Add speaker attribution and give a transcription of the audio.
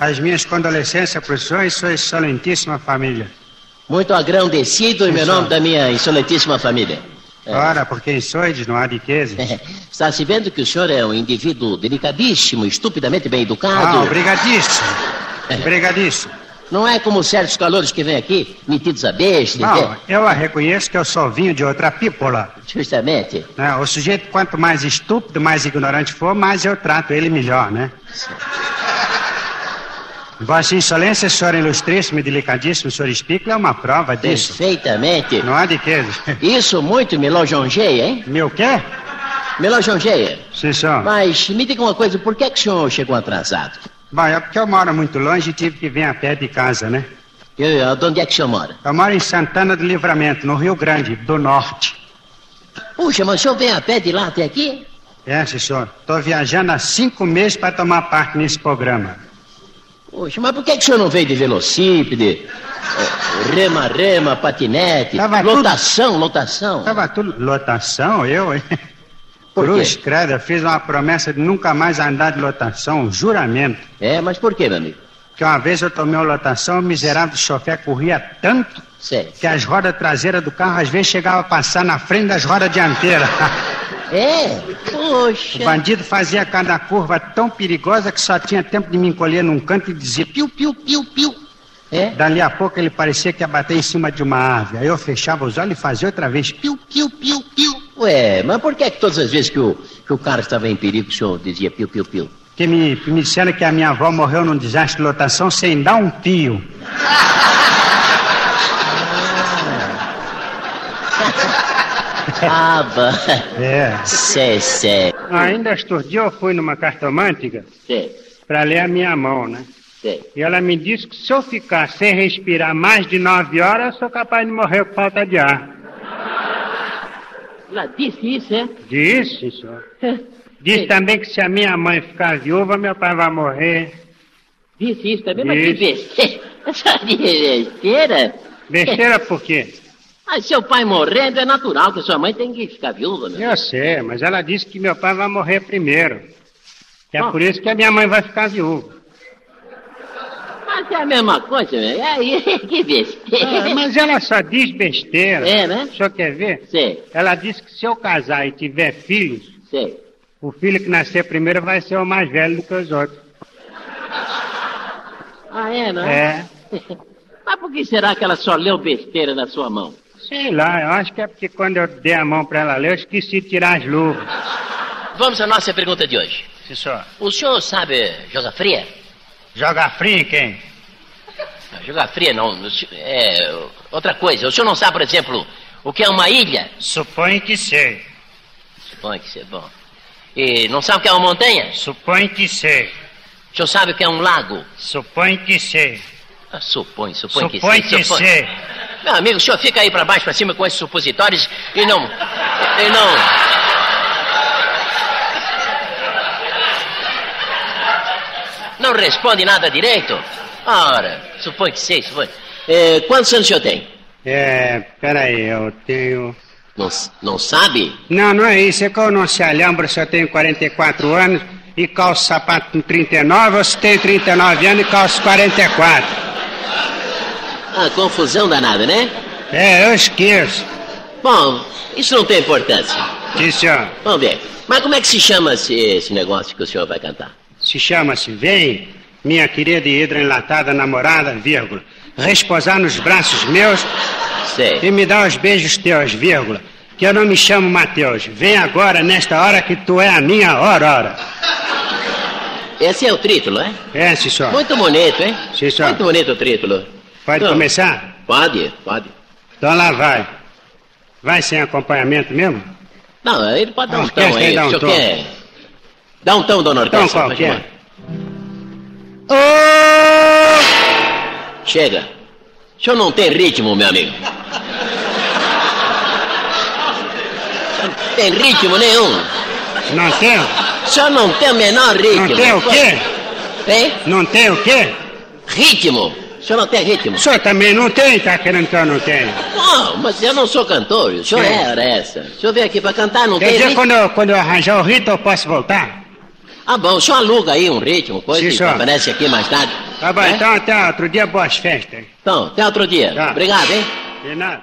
Speaker 1: As minhas condolências, professor, e sua é excelentíssima família.
Speaker 2: Muito agradecido em meu nome da minha excelentíssima família. É.
Speaker 1: Ora, por quem sois, não há de tese.
Speaker 2: Está se vendo que o senhor é um indivíduo delicadíssimo, estupidamente bem educado.
Speaker 1: Ah, obrigadíssimo. Obrigadíssimo.
Speaker 2: Não é como certos calores que vêm aqui, metidos a besta.
Speaker 1: Não,
Speaker 2: entende?
Speaker 1: eu a reconheço que eu só vinho de outra pípola.
Speaker 2: Justamente.
Speaker 1: né? O sujeito, quanto mais estúpido, mais ignorante for, mais eu trato ele melhor, né? Vossa Excelência, senhor ilustríssimo e delicadíssimo, senhor Espículo, é uma prova disso.
Speaker 2: Perfeitamente.
Speaker 1: Não há de tese.
Speaker 2: Isso muito me lojongeia, hein?
Speaker 1: Meu quê?
Speaker 2: Me lojongeia.
Speaker 1: Sim, senhor.
Speaker 2: Mas me diga uma coisa, por que, é que o senhor chegou atrasado?
Speaker 1: Bom, é porque eu moro muito longe e tive que vir a pé de casa, né?
Speaker 2: Eu, eu, de onde é que o senhor mora?
Speaker 1: Eu moro em Santana do Livramento, no Rio Grande do Norte.
Speaker 2: Puxa, mas o senhor vem a pé de lá até aqui?
Speaker 1: É, sim, senhor. Estou viajando há cinco meses para tomar parte nesse programa.
Speaker 2: Puxa, mas por que, é que o senhor não veio de velocípede, eh, rema-rema, patinete,
Speaker 1: Tava tudo-
Speaker 2: lotação, lotação?
Speaker 1: Tava tudo lotação, eu, hein?
Speaker 2: Por quê?
Speaker 1: Cruz Creda, fiz uma promessa de nunca mais andar de lotação, um juramento.
Speaker 2: É, mas por que, meu amigo?
Speaker 1: Que uma vez eu tomei uma lotação, o miserável chofé corria tanto
Speaker 2: Sério.
Speaker 1: que as rodas traseiras do carro às vezes chegava a passar na frente das rodas dianteiras.
Speaker 2: É?
Speaker 1: O
Speaker 2: Poxa.
Speaker 1: bandido fazia cada curva tão perigosa que só tinha tempo de me encolher num canto e dizer piu, piu, piu, piu.
Speaker 2: É?
Speaker 1: Dali a pouco ele parecia que ia bater em cima de uma árvore. Aí eu fechava os olhos e fazia outra vez piu, piu, piu, piu.
Speaker 2: Ué, mas por que, é que todas as vezes que o, que o cara estava em perigo, o senhor dizia piu, piu, piu?
Speaker 1: Que me, me disseram que a minha avó morreu num desastre de lotação sem dar um pio.
Speaker 2: Ah, ba-
Speaker 1: É.
Speaker 2: sé, sé.
Speaker 1: Ainda estes dias eu fui numa cartomântica
Speaker 2: Sé,
Speaker 1: para ler a minha mão, né?
Speaker 2: sé.
Speaker 1: E ela me disse que se eu ficar sem respirar mais de nove horas, eu sou capaz de morrer por falta de ar.
Speaker 2: Ela disse isso, é?
Speaker 1: Disse, senhor. Disse também que se a minha mãe ficar viúva, meu pai vai morrer.
Speaker 2: Disse isso também,
Speaker 1: mas que
Speaker 2: besteira. Essa besteira.
Speaker 1: Besteira por quê?
Speaker 2: Mas Ah, seu pai morrendo é natural que sua mãe tem que ficar viúva, né?
Speaker 1: Eu sei, mas ela disse que meu pai vai morrer primeiro. É
Speaker 2: Ah.
Speaker 1: por isso que a minha mãe vai ficar viúva.
Speaker 2: Mas é a mesma coisa, né? É, que besteira.
Speaker 1: Ah, mas ela só diz besteira.
Speaker 2: É, né?
Speaker 1: O senhor quer ver?
Speaker 2: Sei,
Speaker 1: Ela disse que se eu casar e tiver filhos,
Speaker 2: sei.
Speaker 1: O filho que nascer primeiro vai ser o mais velho do que os outros.
Speaker 2: Ah, é, não?
Speaker 1: É.
Speaker 2: Mas por que será que ela só leu besteira na sua mão?
Speaker 1: Sei lá, eu acho que é porque quando eu dei a mão pra ela ler, eu esqueci de tirar as luvas.
Speaker 2: Vamos à nossa pergunta de hoje.
Speaker 1: Sim, senhor.
Speaker 2: O senhor sabe Josafria?
Speaker 1: Joga frio em quem?
Speaker 2: Josafria não, o senhor- é outra coisa. O senhor não sabe, por exemplo, o que é uma ilha?
Speaker 1: Suponho que sei.
Speaker 2: Suponho que isso é bom. E não sabe o que é uma montanha?
Speaker 1: Suponho que sei.
Speaker 2: O senhor sabe o que é um lago?
Speaker 1: Suponho que sei.
Speaker 2: Ah, supõe, supõe que
Speaker 1: Supõe que sim.
Speaker 2: Meu amigo, o senhor fica aí pra baixo, pra cima com esses supositórios e não. E não. Não responde nada direito? Ora, supõe que sei, supõe. É, quantos anos o senhor tem?
Speaker 1: É, peraí, eu tenho.
Speaker 2: Não, não sabe?
Speaker 1: Não, não é isso, é que eu não se alhambro se eu tenho 44 anos e calço sapato com 39, ou se tenho 39 anos e calço 44.
Speaker 2: Ah, confusão danada, né?
Speaker 1: É, eu esqueço.
Speaker 2: Bom, isso não tem importância.
Speaker 1: Sim, senhor.
Speaker 2: Vamos ver. Mas como é que se chama esse, esse negócio que o senhor vai cantar?
Speaker 1: Se chama-se Vem, minha querida e hidroenlatada namorada, vírgula, resposar nos braços meus
Speaker 2: Sei.
Speaker 1: e me dar os beijos teus, vírgula, que eu não me chamo Mateus. Vem agora, nesta hora que tu é a minha aurora.
Speaker 2: Esse é o título, é?
Speaker 1: É, sim, senhor.
Speaker 2: Muito bonito, hein?
Speaker 1: Sim, senhor.
Speaker 2: Muito bonito o título.
Speaker 1: Pode
Speaker 2: Não.
Speaker 1: começar?
Speaker 2: Pode, pode.
Speaker 1: Então lá vai. Vai sem acompanhamento mesmo?
Speaker 2: Não, ele pode dar
Speaker 1: A
Speaker 2: um
Speaker 1: orquestra
Speaker 2: tom
Speaker 1: aí
Speaker 2: aí.
Speaker 1: dá
Speaker 2: o
Speaker 1: um
Speaker 2: senhor
Speaker 1: tom.
Speaker 2: quer. Dá um tom, dona
Speaker 1: Então
Speaker 2: Orquestra. faz
Speaker 1: qualquer.
Speaker 2: favor. Chega. O senhor não tem ritmo, meu amigo. Não tem ritmo nenhum.
Speaker 1: Não tem?
Speaker 2: O senhor não tem o menor ritmo.
Speaker 1: Não tem o quê?
Speaker 2: Tem?
Speaker 1: Não tem o quê?
Speaker 2: Ritmo. O senhor não tem ritmo.
Speaker 1: O senhor também não tem, tá querendo que eu não tenha?
Speaker 2: Não, mas eu não sou cantor. O senhor
Speaker 1: Sim.
Speaker 2: era essa. O senhor veio aqui pra cantar, não
Speaker 1: Quer
Speaker 2: tem
Speaker 1: dizer,
Speaker 2: ritmo.
Speaker 1: quando eu, quando eu arranjar o rito, eu posso voltar?
Speaker 2: Ah, bom, o senhor aluga aí um ritmo, coisa
Speaker 1: Sim,
Speaker 2: que
Speaker 1: senhor.
Speaker 2: aparece aqui mais tarde.
Speaker 1: Tá bom,
Speaker 2: Né?
Speaker 1: então até outro dia, boas festas.
Speaker 2: Então, até outro dia.
Speaker 1: Tá.
Speaker 2: Obrigado, hein?
Speaker 1: De nada.